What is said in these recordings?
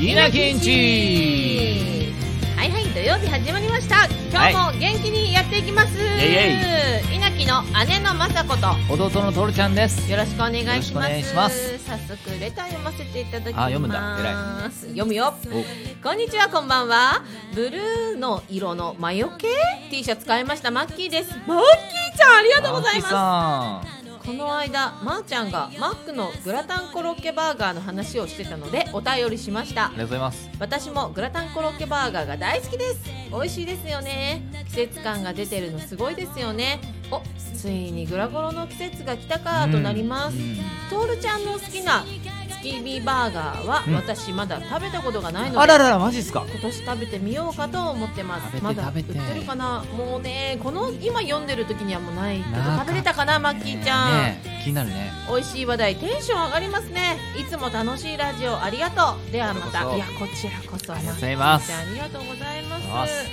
稲県知はいはい土曜日始まりました今日も元気にやっていきまイす、エ稲城の姉の雅子と弟のトルちゃんですよろしくお願いよろししますくお願いします早速レター読ませていただきますあ読むんだ偉読むよおこんにちはこんばんはブルーの色の魔除け T シャツ買いましたマッキーですマッキーちゃんありがとうございますまこの間まー、ちゃんがマックのグラタンコロッケバーガーの話をしてたのでお便りしましたありがとうございます私もグラタンコロッケバーガーが大好きです美味しいですよね季節感が出てるのすごいですよねおついにグラコロの季節が来たかとなります、うんトールちゃんの好きなスキービーバーガーはうん私まだ食べたことがないので、あらららマジっすか今年食べてみようかと思ってます食べてまだ食売べっててるかなもうねこの今読んでる時にはもうないけどなかった食べれたかなマッキーちゃん、ねえ気になるね美味しい話題テンション上がりますねいつも楽しいラジオありがとうではまたこちらこそいやこちらこそありがとうございますありがとうございありがとますうございます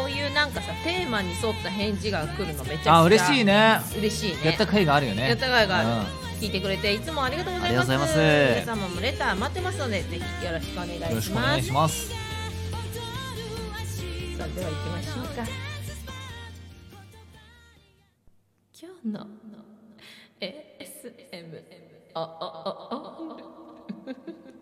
こういうなんかさテーマに沿った返事が来るのめちゃくちゃあ嬉しいね嬉しいねやった甲斐があるよねやった甲斐があるうん聞いてくれていつもありがとうございますありがとうございます皆様もレター待ってますのでぜひよろしくお願いよろしくしますお願いしますさあでは行きましょうか今日の ASM ああああ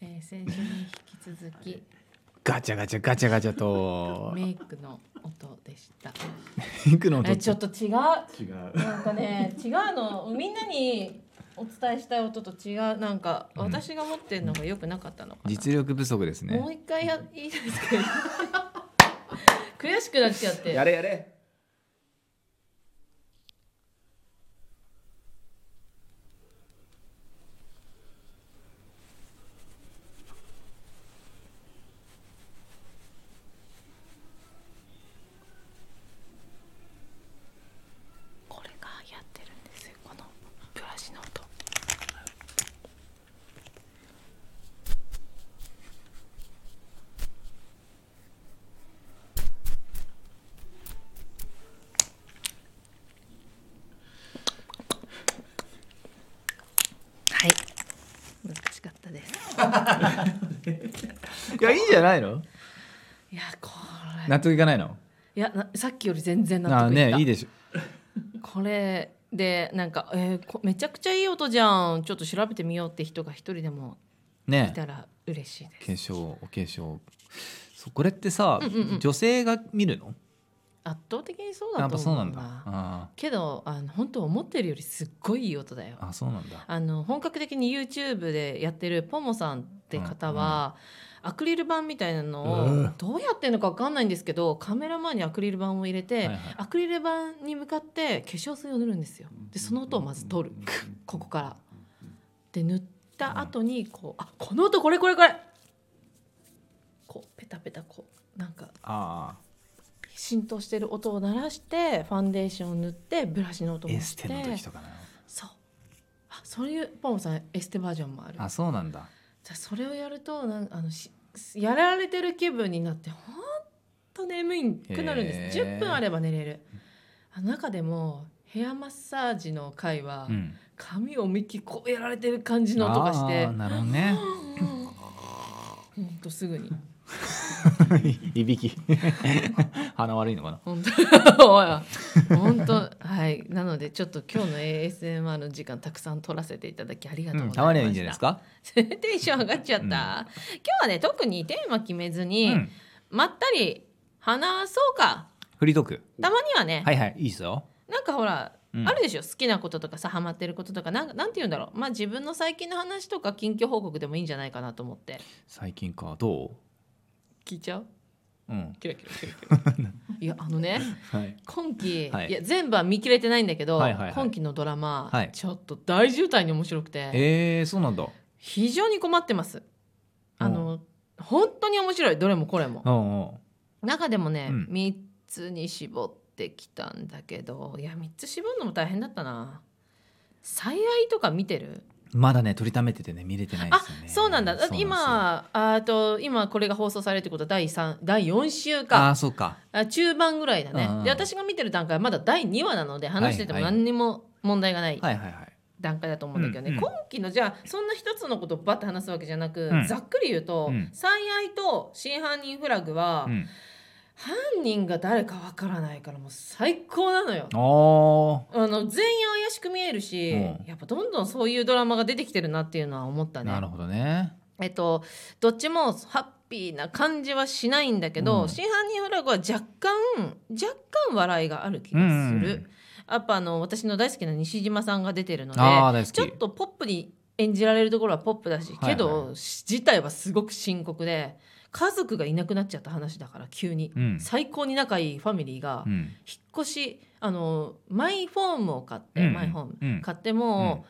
えー先週に引き続きガチャガチャガチャガチャとメイクの音でした。行くのえちょっと違う。な違うんかね違うのみんなにお伝えしたい音と違うなんかうん私が持ってるのが良くなかったのかな。実力不足ですねもう一回やいいですか。 悔しくなっちゃって。れやれこれがやってるんですよこのブラシの音はい難しかったですいやいいんじゃないのいやこれ納得いかないのいやなさっきより全然納あ得いったねいいでしょこれでなんか、えーこめちゃくちゃいい音じゃんちょっと調べてみようって人が一人でもいねたら嬉しいです化粧お化粧そうこれってさ、うんうんうん女性が見るの圧倒的にそうやだっとぱそう思なうんだなあけどあの本当思ってるよりすっごいいい音だよーあそうなんだあの本格的に YouTube でやってるポモさんって方は、アクリル板みたいなうのをんどうやってんのか分かんないんですけどカメラ前にアクリル板を入れて、はいはいアクリル板に向かって化粧水を塗るんですよでその音をまず取るここから。で塗った後にこうあこの音これこれこれこうペタペタこうなんかあ浸透してる音を鳴らしてファンデーションを塗ってブラシの音あもエスしてテの時とかなそうあそういうポンさんエステバージョンもあるあそうなんだじゃあそれをやるとなんあのしやられてる気分になってほんと眠いくなるんですへー10分あれば寝れるあの中でもヘアマッサージの回は、うん髪を幹こうやられてる感じの音がしてあーなるほどねほんとすぐに いびき 鼻悪いのかな本当おい本当はいなのでちょっと今日の ASMR の時間たくさん取らせていただきありがとううんございました、たまにはいいんじゃないですか、テンション上がっちゃった、うん今日はね特にテーマ決めずうに、ん、まったり話そうかフリートークたまにはね、はいはいいいですよなんかほら、うんあるでしょ好きなこととかさハマってることとかなんかなんて言うんだろうまあ自分の最近の話とか近況報告でもいいんじゃないかなと思って最近かど聞いちゃうううんキラキラキラキラ いやあのねはい今期、はいい、や全部は見切れてないんだけど、はいはいはい今期のドラマ、はいちょっと大渋滞に面白くてえー、そうなんだ非常に困ってますあの本当に面白いどれもこれもうんうん中でもね、うん3つに絞ってきたんだけどいや3つ絞るのも大変だったな最愛とか見てるまだね取りためててね見れてないであすよねそうなんだだってそうなんですよ今あと今これが放送されるってことは第三第4週あかあそうかあ中盤ぐらいだうんうんねで私が見てる段階はまだ第2話なので話しててもはいはい何にも問題がないはいはいはい段階だと思うんだけどね、うんうん今期のじゃあそんな一つのことをバッて話すわけじゃなく、うんざっくり言うと、うん最愛と真犯人フラグは、うん犯人が誰かわからないからもう最高なのよ。おーあの全員怪しく見えるし、うんやっぱどんどんそういうドラマが出てきてるなっていうのは思ったね。なるほどねえっと、どっちもハッピーな感じはしないんだけど、うん真犯人フラグは若干若干笑いがある気がする、うんやっぱあの私の大好きな西島さんが出てるのであー大好きちょっとポップに演じられるところはポップだしはいはいけど、自体はすごく深刻で家族がいなくなっちゃった話だから急に、うん最高に仲いいファミリーがうん引っ越しあのマイフォームを買って、うんマイホーム、うん買っても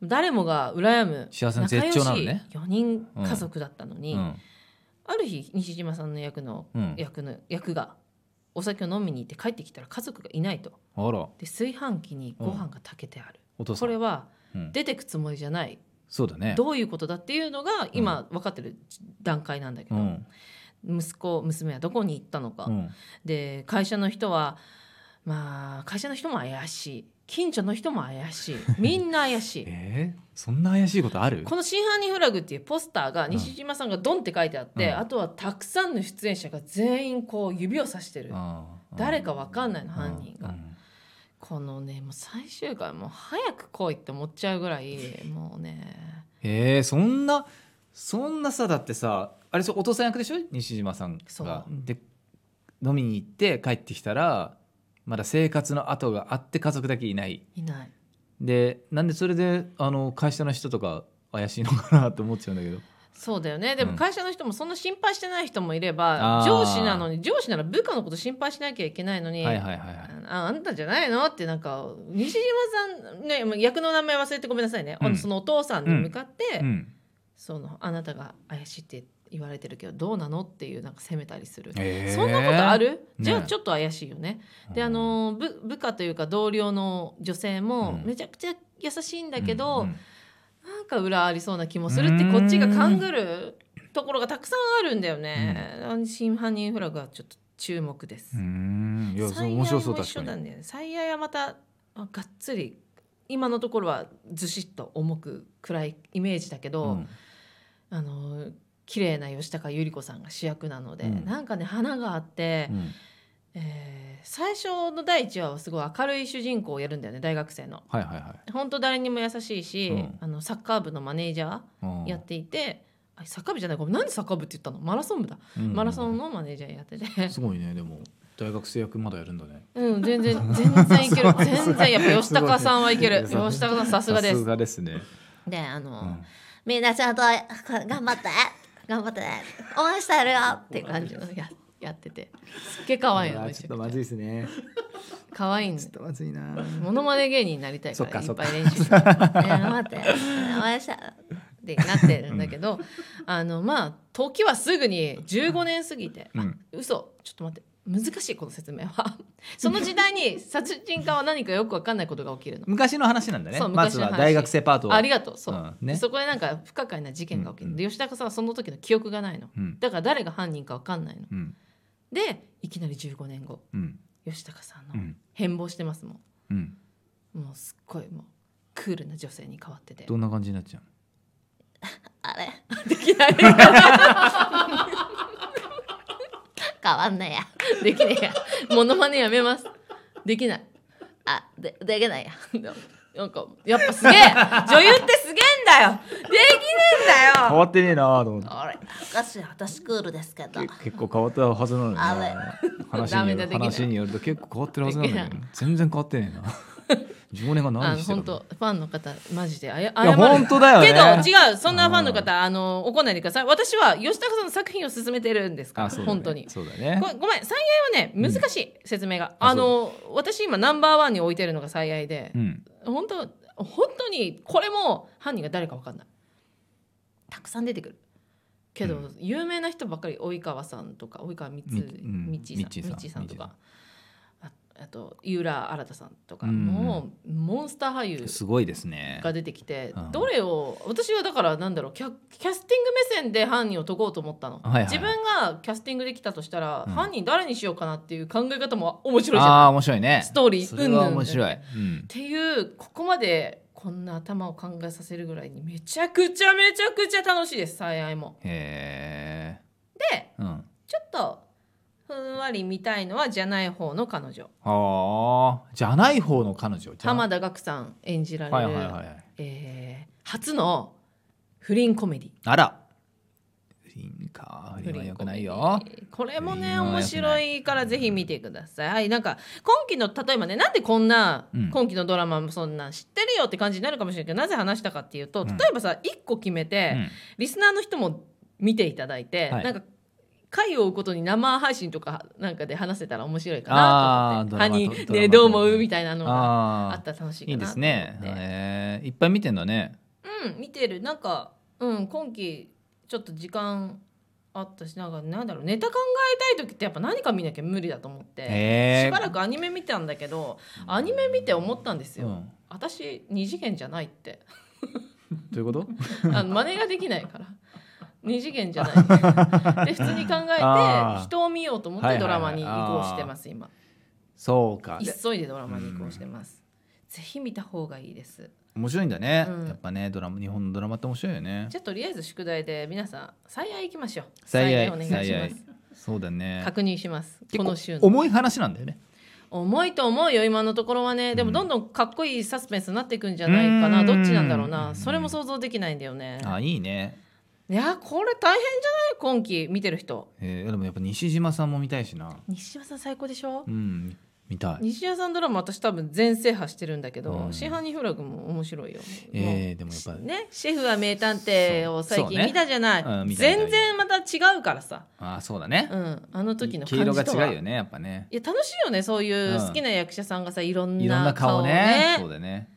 う、誰もが羨む幸せの絶頂なのね仲良し4人家族だったのに、うんある日西島さんの役のうん役の役がお酒を飲みに行って帰ってきたら家族がいないとあらで炊飯器にご飯が炊けてある、お父さこんれはうん出てくつもりじゃない、そうだねどういうことだっていうのが今分かってる段階なんだうけど、ん息子娘はどこに行ったのか、うんで会社の人はまあ会社の人も怪しい近所の人も怪し いみんな怪しいえー、そんな怪しいことあるこの「真犯人フラグ」っていうポスターが西島さんがドンって書いてあっうて、んあとはたくさんの出演者が全員こう指をさしてる、あー誰かわかんないの犯人が、うんこのねもう最終回もう早く来いって思っちゃうぐらいもうねえー、そんなそんなさだってさあれそうお父さん役でしょ西島さんがそうで飲みに行って帰ってきたらまだ生活の跡があって家族だけいないいないでなんでそれであの会社の人とか怪しいのかなって思っちゃうんだけどそうだよねでうもん会社の人もそんな心配してない人もいれあば、ー上司なのに上司なら部下のこと心配しなきゃいけないのに、はいはいはいはいああんたじゃないのってなんか西島さん、ね、もう役の名前忘れてごめんなさいね、あうのんそのお父さんに向かって、うんそのあなたが怪しいって言われてるけどどうなのっていうなんか責めたりする、えーそんなことある、じゃあねちょっと怪しいよね。でうんあの部部下というか同僚の女性もうんめちゃくちゃ優しいんだけど、うんうんなんか裏ありそうな気もするってこっちが勘ぐるところがたくさんあるんだよね。真犯人フラグはちょっと注目です。うんいやそ最う愛面白そうも一確緒かになんだよね最愛はまたあがっつり今のところはずしっと重く暗いイメージだけど、うんあの綺麗な吉高由里子さんが主役なので、うんなんかね花があって、うんえー最初の第1話はすごい明るい主人公をやるんだよね大学生の。はいはいはい本当誰にも優しいし、うんあのサッカー部のマネージャうんーやっていて、あサッカー部じゃないごめんなんでサッカー部って言ったのマラソン部だ、うんマラソンのマネージャーやっててすごいねでも大学生役まだやるんだねうん、全然、全然いける。全然、やっぱ吉高さんはいける。すごい吉高さん、さすがでさすす。がですねで、あの、うんみんなちゃんと頑張って、頑張って、応援してるよっていう感じのややってて。すっげえ可愛いの、あめーちょちゃっとまくずいちですゃ。ね。可愛いのちょっ。とまずいな。モノマネ芸人になりたいそっかからいそっっかぱい練習してね頑張って応援したってなってるんだけど、あのまあ時はすぐに15年過ぎて、うん嘘ちょっと待って難しいこの説明は その時代に殺人家は何かよく分かんないことが起きるの。昔の話なんだねそうまずは昔の話大学生パートをありがとうそう、うんねそこでなんか不可解な事件が起きる、うんで吉高さんはその時の記憶がないのうんだから誰が犯人か分かんないのうんでいきなり15年後うん吉高さんうのん変貌してますもうんんもうすっごいもうクールな女性に変わっててどんな感じになっちゃうあれ できない変わんないや。できねえやモノマネやめますできないあ、で、できないや。なんかやっぱすげえ女優ってすげげえんだよできねえんだ変よわってねえなーと思ってあれおかしい私クールですけどけ結構変わったはずなのにあれな話によダメだるできない話によると結構変わってるはずなのでにきな全然変わってねえ な少年があ何のしてる本の当ファンの方マジであやいや謝本る当だよねけど違うそんなファンの方あの怒んないでください私は吉高さんの作品を勧めてるんですから、あそうだね本当にそうだねごごめん最愛はね難しい、説明がああの私今ナンバーワンに置いてるのが最愛でう、ん本当本当にこれも犯人が誰か分かんないたくさん出てくるけど、う有名な人ばっかり及川さんとか及川光みうんみっちーさんみみっっちーさんちーさんとみっかああと井浦新さんとか、うんもうモンスター俳優すごいですねが出てきて、うんどれを私はだからなんだろうキャキャスティング目線で犯人を解こうと思ったの、はいはい自分がキャスティングできたとしたら、うん犯人誰にしようかなっていう考え方も面白いじゃんっああー面白いねストーリーそれはうんうん面白いうんていうここまでこんな頭を考えさせるぐらいにめちゃくちゃめちゃくちゃ楽しいです最愛も。へえでうんあちょっとふんわり見たいのはじゃない方の彼女あじゃない方の彼女じゃ浜田岳さん演じられる、はいはいはいはいえー初の不倫コメディあら不倫か不倫は良くないよこれもいいねな面白いからぜひ見てください、はい、なんか今期の例えばねなんでこんな、うん今期のドラマもそんなん知ってるよって感じになるかもしれないけどなぜ話したかっていうとうん例えばさ1個決めて、うんリスナーの人も見ていただいて、はいなんか回を追うことに生配信とかなんかで話せたら面白いかあなードと思って「ラマ歯とドにラマねとどう思う?」みたいなのがあああったら楽しいいかいなでと思っすてねへえいっぱい見てんだねうん見てるなんかうん今期ちょっと時間あったしなんかなんだろうネタ考えたい時ってやっぱ何か見なきゃ無理だと思って、へえしばらくアニメ見たんだけどアニメ見て思ったんですよ、うん私二次元じゃないって どういうことあの真似ができないから二次元じ ゃないで普通に考えあてー人を見ようと思っはいてはいドはいラマに移行してます今そうかで急いでドラマに移行してますぜひ見た方がいいです面白いんだねうんやっぱねドラマ日本のドラマって面白いよねじゃあとりあえず宿題で皆さん最愛いきましょう最愛お願いします最愛そうだね確認します結こ構の週の重い話なんだよね重いと思うよ今のところはねでもうんどんどんかっこいいサスペンスになっていくんじゃないかなうんどっちなんだろうなうんそれも想像できないんだよねあいいねいやこれ大変じゃない今期見てる人えーでもやっぱ西島さんも見たいしな西島さん最高でしょうん見たい西島さんドラマ私多分全制覇してるんだけど、うんシンハニーフラグも面白いよ、えーでもやっぱしねシェフは名探偵を最そうそう近ね見たじゃない、うん見た見た全然また違うからさ、あそうだねうん、あの時の黄感じと色はが違うよねやっぱねいや楽しいよねそういううん好きな役者さんがさいろんいろんなな顔顔ねねそうだね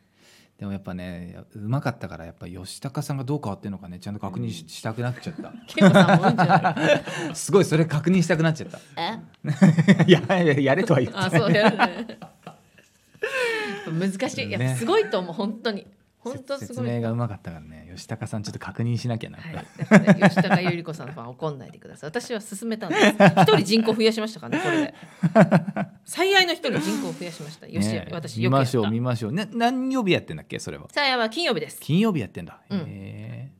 でもやっぱねやうまかったからやっぱ吉高さんがどう変わってるのかねちゃんと確認し,、たくなっちゃっケイコさんもうんじ ゃないたすごいそれ確認したくなっちゃったえい やいややれとは言あそうやるね難しいいやねすごいと思う本当に本当す説ごい明がうまかったからね吉高さんちょっと確認しなきゃな、はい、だから吉高由里子さんのファン怒んないでください私は勧めたんです一人人口増やしましたからねこれで最愛の一人人口増やしましたよし、ね私見よくやまっしょう見たましょう、ね、何曜日やってんだっけそれは最愛は金曜日です金曜日やってんだ、うんへ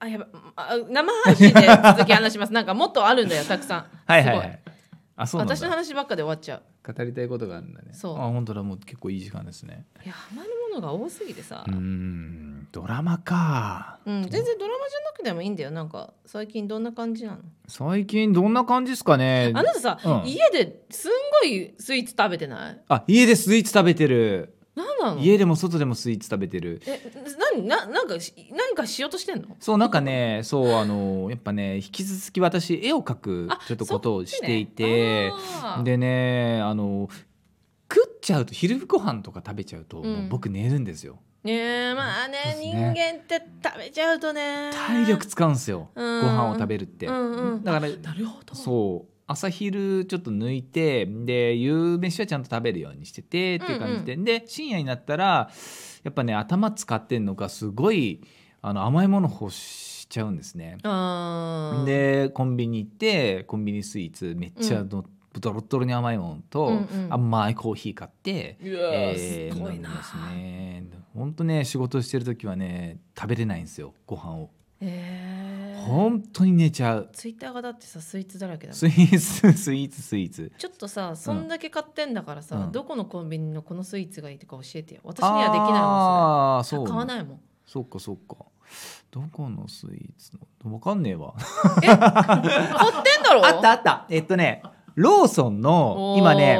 あやばあ生配信で続き話 しますなんかもっとあるんだよたくさんーはいはいはすごいあそうなん私のだ話ばっかで終わっちゃう語りたいことがあるんだねそうあ本当だもう結構いい時間ですねいやハマるものが多すぎてさ、うーんドラマかうん、全然ドラマじゃなくてもいいんだよなんか最近どんな感じなの最近どんな感じですかねあなたさ、うん家ですんごいスイーツ食べてないあ家でスイーツ食べてる何なの家でも外でもスイーツ食べてるえ何ななんかし何かしようとしてんのそうなんかねそうあのやっぱね引き続き私絵を描くあちょっとことをしていてそっちねあーでねあの食っちゃうと昼ご飯とか食べちゃうと、うんもう僕寝るんですよねえまあねそうです人ね間って食べちゃうとね体力使うんですよ、うんご飯を食べるって、うんうんだからなるほどそう朝昼ちょっと抜いてで夕飯はちゃんと食べるようにしててっていう感じで、で深夜になったらやっぱね頭使ってんのかすごいあの甘いもの欲しちゃうんですね。あーでコンビニ行ってコンビニスイーツめっちゃの、ドロッドロに甘いものと、うんうん甘いコーヒー買って。いやー、すご飲いんでなますね。本当ね仕事してる時はね食べれないんですよご飯を。えー本当に寝ちゃう。ツイッターがだってさスイーツだらけだもんスイーツスイーツスイーツ。ちょっとさそんだけ買ってんだからさ、うんどこのコンビニのこのスイーツがいいとか教えてよ私あにはできないもんそれあーそう買わないもんそうかそうかどこのスイーツのわかんねえわ買ってんだ ろあったあったえっとねローソンの今ね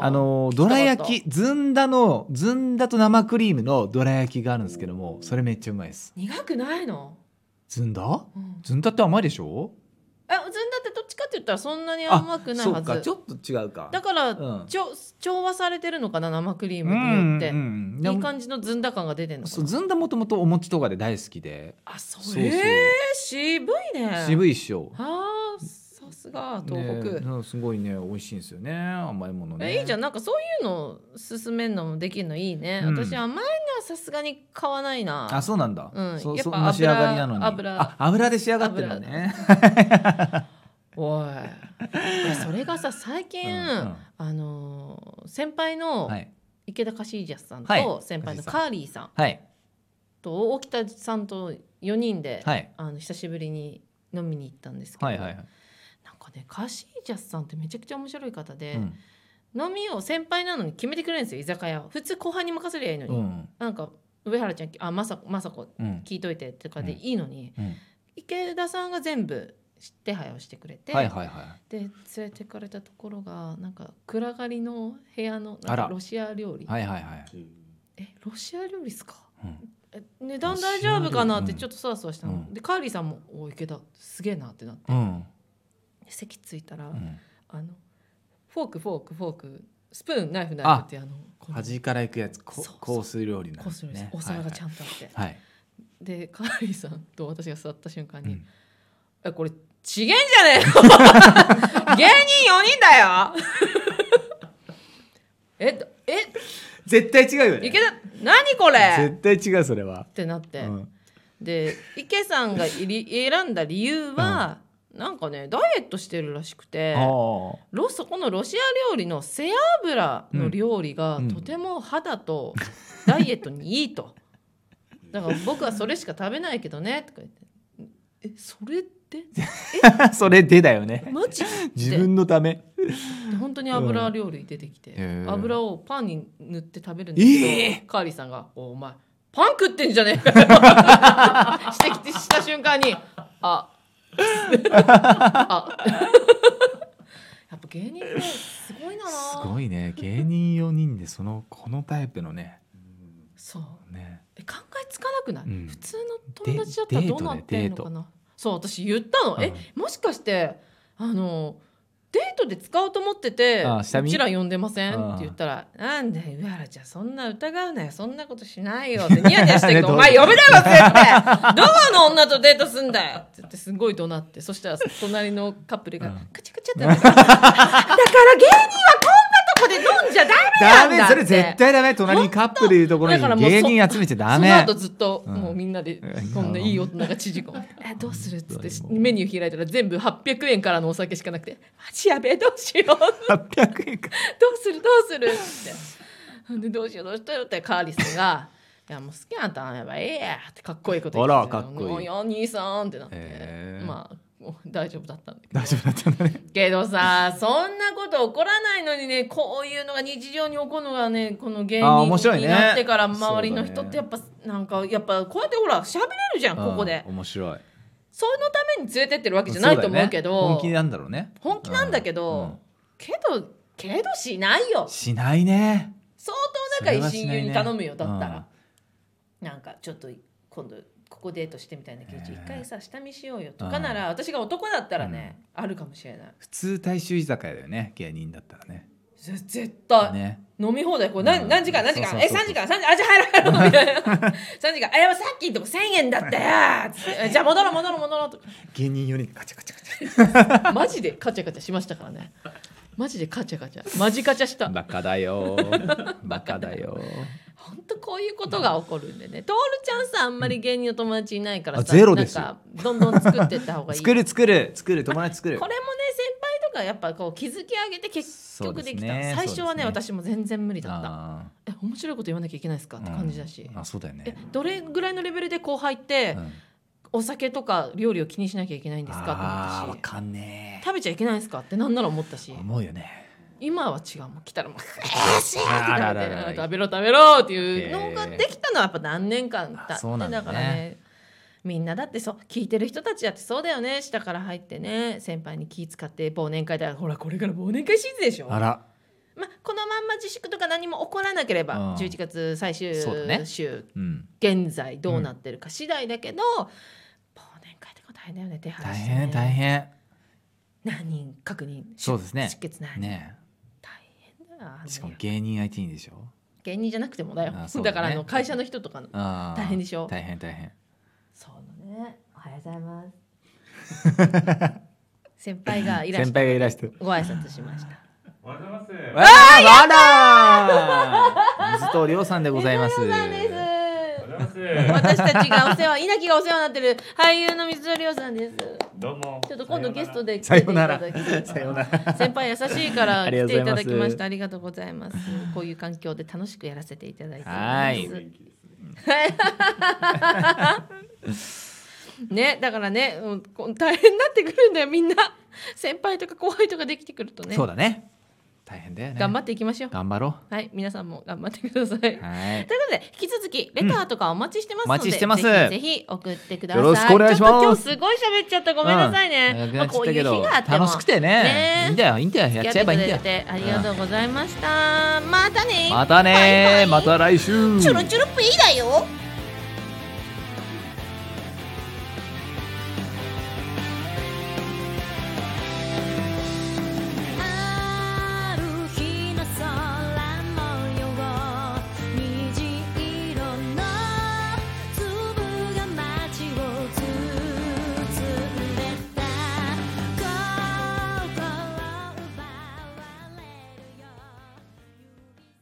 あのどら聞焼きずんだのずんだと生クリームのどら焼きがあるんですけどもそれめっちゃうまいです苦くないの、ずんだうん、ずんだって甘いでしょえずんだってどっちかって言ったらそんなに甘くないはそうかちずょっと違うかだから、うんちょ調和されてるのかな生クリーうムによって、んうんいいでも感じのずんだ感が出てるのかそうなずんだもともとお餅とかで大好きであそうそうそうえー、渋いね渋いっしょあーさすが東ね北、うんすごいね美味しいんですよね甘いものねえいいじゃんなんかそういうの勧めるのもできるのいいね、うん私甘いのはさすがに買わないなあそうなんだ、うんそやっそぱんな仕上がりなのに油あ油で仕上がってるのねおいいやそれがさ最近、うんうんあのー先輩のはい池田カシージャスさんと、はい先輩カシージャのスカーリーさんはいと沖田さんと4人で、はいあの久しぶりに飲みに行ったんですけど、はいはいはいなんかねカシージャスさんってめちゃくちゃ面白い方で、うん飲みを先輩なのに決めてくれるんですよ居酒屋を普通後半に任せりゃいいのに、うんなんか上原ちゃんあまさまさこうん聞いといてとかでいいのに、うん池田さんが全部手配をしてくれて、はいはいはいで連れてかれたところがなんか暗がりの部屋のなんあからロシア料理、はいはいはいえロシア料理ですか、うんえ値段大丈夫かなってちょっとそわそわしたの、うんでカーリーさんも「お池田すげえな」ってなって、うん席着いたら、うんあのフォークフォークフォークスプーンナイフナイフってあのこの端から行くやつこそうそうコース料理なんこうするんです、お皿がちゃんんとあって、とはいでカーリーさんと私が座った瞬間うにん「えこれちげんじゃねえ の芸人4人だよ!え」だえ絶対違うよね池田何これ絶対違うそれはってなって、うんで池さんがいり選んだ理由は、なんかねダイエットしてるらしくてあーロそこのロシア料理の背脂の料理が、うんとても肌とダイエットにい いと、だから僕はそれしか食べないけどねとか言って「えそれって それでだよ ねマジ?」自って分のためで本当に油料理出てきて、へー油をパンに塗って食べるんですけど、えカーリーさんが「おお前パン食ってんじゃねえかよ」 指摘した瞬間に「あ あ やっぱ芸人ってすごいなすあごいね芸人4人でそのこのタイプのねそうねえ考えつかなくない、うん普通の友達だったらでどうなってんのかな、そう私言ったの、えもしかしてあのデートで使おうと思っててあう下見ちら呼んでませんあって言ったら「なんで上原ちゃんそんな疑うなよそんなことしないよ」ってニヤニ ヤしてるけどど「おう前呼べないわ絶対どこの女とデートすんだよ」って言ってすごい怒鳴ってそしたら隣のカップルがうんカチャカチャってなって「だから芸人はこんなとこで飲んじゃダダメメなんだってそれ絶対ダメ隣にカップルいるところだからにもうそ芸人集めちゃダメその後ずっとうんもうみんなでうんこんないい大人が縮こむ「 えどうする?」っつって本当にもうメニュー開いたら全部800円からのお酒しかなくて「マジやべえどうしよう」 800円かどうするどうするって。でどうしようどうしようってカーリ スが「いやもう好きなターンやばええや」ってかっこいいこと言ってあらかっこいいもうよ兄さん」ってなって、へえまあもう大丈夫だったんだけど大丈夫だったんだねけどさそんなこと起こらないのにねこういうのが日常に起こるのがねこの芸あー面人白いにねなってから周りのそう人だっねてやっぱ、なんかやっぱこうやってほら喋れるじゃんここでうん面白いそのために連れてってるわけじゃないと思うけどそだよね本気なんだろうね本気なんだけど、うんけどけどしないよしないね相当仲いいそれはし親ない友ねに頼むよだったうんら、なんかちょっと今度ここデートしてみたいんだけど、ええ一回さ下見しようよとかなら、私が男だったらね、あるかもしれない普通大衆居酒屋だよね芸人だったらねぜ絶対、ね飲み放題これ何,、うん何時間何時間そうそうえそう3時間三時間あじゃあ入ろう入ろう みたいな三時間えさっきのとこ1000円だったよつってえじゃあ戻ろう戻ろう戻ろうと芸人4人カチャカチャカチかマジでカチャカチャしましたからねマジでカチャカチャマジカチャしたャバカだ よバカだよ本当こういうことが起こるんでね。トールちゃんさんあんまり芸人の友達いないからさ、あゼロですよなんかどんどん作ってった方がいい。作る作る作る友達作るこれもね先輩とかやっぱこう築き上げて結そう局ですでねきた。最初はねそうです私も全然無理だった。あーえ面白いこと言わなきゃいけないですかって感じだし。うんあそうだよえね、どれぐらいのレベルで後輩って、うん、お酒とか料理を気にしなきゃいけないんですああかって思わったしかんね食べちゃいけないんですかってなんなら思ったしえ思うよね今は違うもう来たらもうあららら食らべろ食べろっていうのができたのはやっぱ何年間だあそうなんだねだからねみんなだってそう聞いてる人たちだってそうだよね下から入ってね先輩に気使って忘年会だほらこれから忘年会シーズンでしょあらまあ、このまんま自粛とか何も起こらなければ、うん11月最終そうだね週、うん現在どうなってるか次第だけど、忘年会とか大変だよね手離大して、変大変何人確認そうですね出血何人、ね大変だよあえのしかも芸人相手にでしょ芸人じゃなくてもだよあそうだだねからあの会社の人とかのあー大変でしょ大変大変そうだねおはようございます 先輩がいらっし先ゃ輩がいらしてるご挨拶しましたおはようございます。ああら水戸亮さんでございますそうなんですおはようございます。私たちがお世話稲城がお世話になってる俳優の水戸亮さんですどうも。ちょっと今度ゲストで。で来さていようなただらき さ ようなら先輩優しいからあり来がとうていございますただきましたありがとうございますこういう環境で楽しくやらせていただいておりはまいす元気ですね。 ねだからね、うんこう、大変になってくるんだよみんな先輩とか後輩とかできてくるとねそうだね大変だよね頑張っていきましょう頑張ろはい皆さんも頑張ってください、うはいということで引き続きレターとかお待ちしてますので、お待ちしてますぜひぜひ送ってくださいよろしくお願いしますちょっと今日すごい喋っちゃったごめんなさいね、うんま長くなっあちゃこっうたいけう日どがあっても楽しくてねねいいんだよいいんだよやっちゃえばいいんだよ付き合ってくれてありがとうございました、またねまたねまた来週チュルチュルピーだよ